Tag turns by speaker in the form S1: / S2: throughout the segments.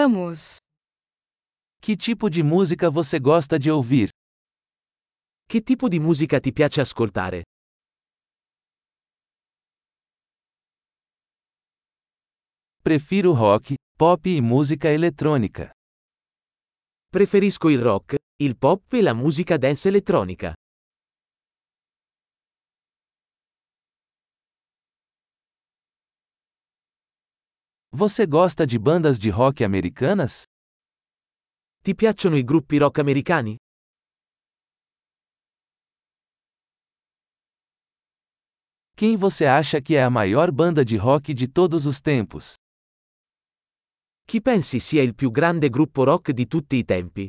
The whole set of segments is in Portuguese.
S1: Vamos!
S2: Que tipo de música você gosta de ouvir?
S3: Che tipo di musica ti piace ascoltare?
S2: Prefiro rock, pop e música eletrônica.
S3: Preferisco il rock, il pop e la musica dance elettronica.
S2: Você gosta de bandas de rock americanas?
S3: Ti piacciono i gruppi rock americani?
S2: Quem você acha que é a maior banda de rock de todos os tempos?
S3: Chi pensi sia il più grande gruppo rock di tutti i tempi?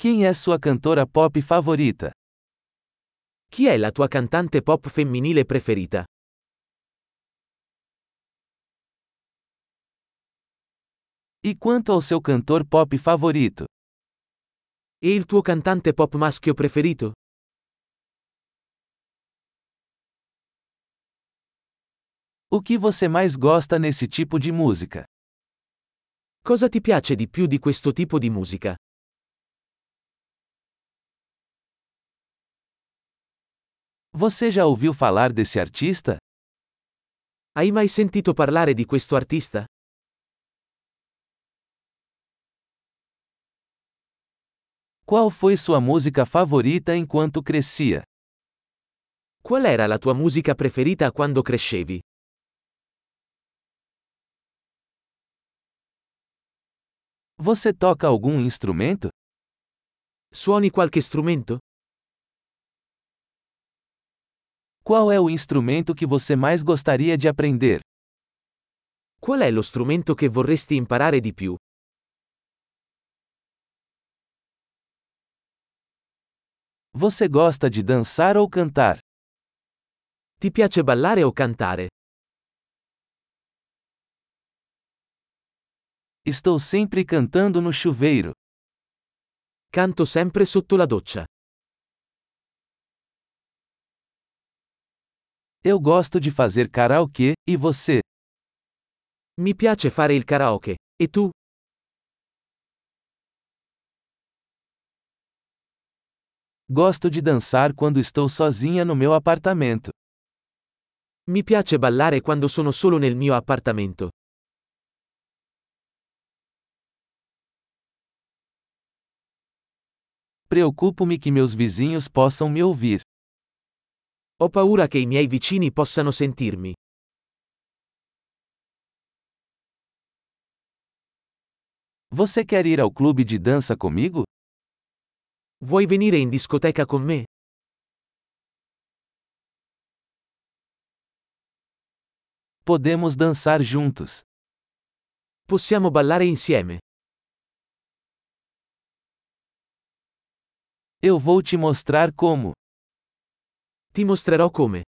S2: Quem é sua cantora pop favorita?
S3: Chi è la tua cantante pop femminile preferita?
S2: E quanto ao seu cantor pop favorito?
S3: E il tuo cantante pop maschio preferito?
S2: O que você mais gosta nesse tipo de música?
S3: Cosa ti piace di più di questo tipo di musica?
S2: Você já ouviu falar desse artista?
S3: Hai mai sentito parlare di questo artista?
S2: Qual foi sua música favorita enquanto crescia?
S3: Qual era la tua musica preferita quando crescevi?
S2: Você toca algum instrumento?
S3: Suoni qualche strumento?
S2: Qual é o instrumento que você mais gostaria de aprender?
S3: Qual è lo strumento che vorresti imparare di più?
S2: Você gosta de dançar ou cantar?
S3: Ti piace ballare o cantare?
S2: Estou sempre cantando no chuveiro.
S3: Canto sempre sotto la doccia.
S2: Eu gosto de fazer karaokê, e você?
S3: Mi piace fare il karaoke. E tu?
S2: Gosto de dançar quando estou sozinha no meu apartamento.
S3: Mi piace ballare quando sono solo nel mio appartamento.
S2: Preocupo-me que meus vizinhos possam me ouvir.
S3: Ho paura che i miei vicini possano sentirmi.
S2: Você quer ir ao clube de dança comigo?
S3: Vuoi venire in discoteca con me?
S2: Podemos dançar juntos.
S3: Possiamo ballare insieme.
S2: Eu vou te mostrar como.
S3: Ti mostrerò come.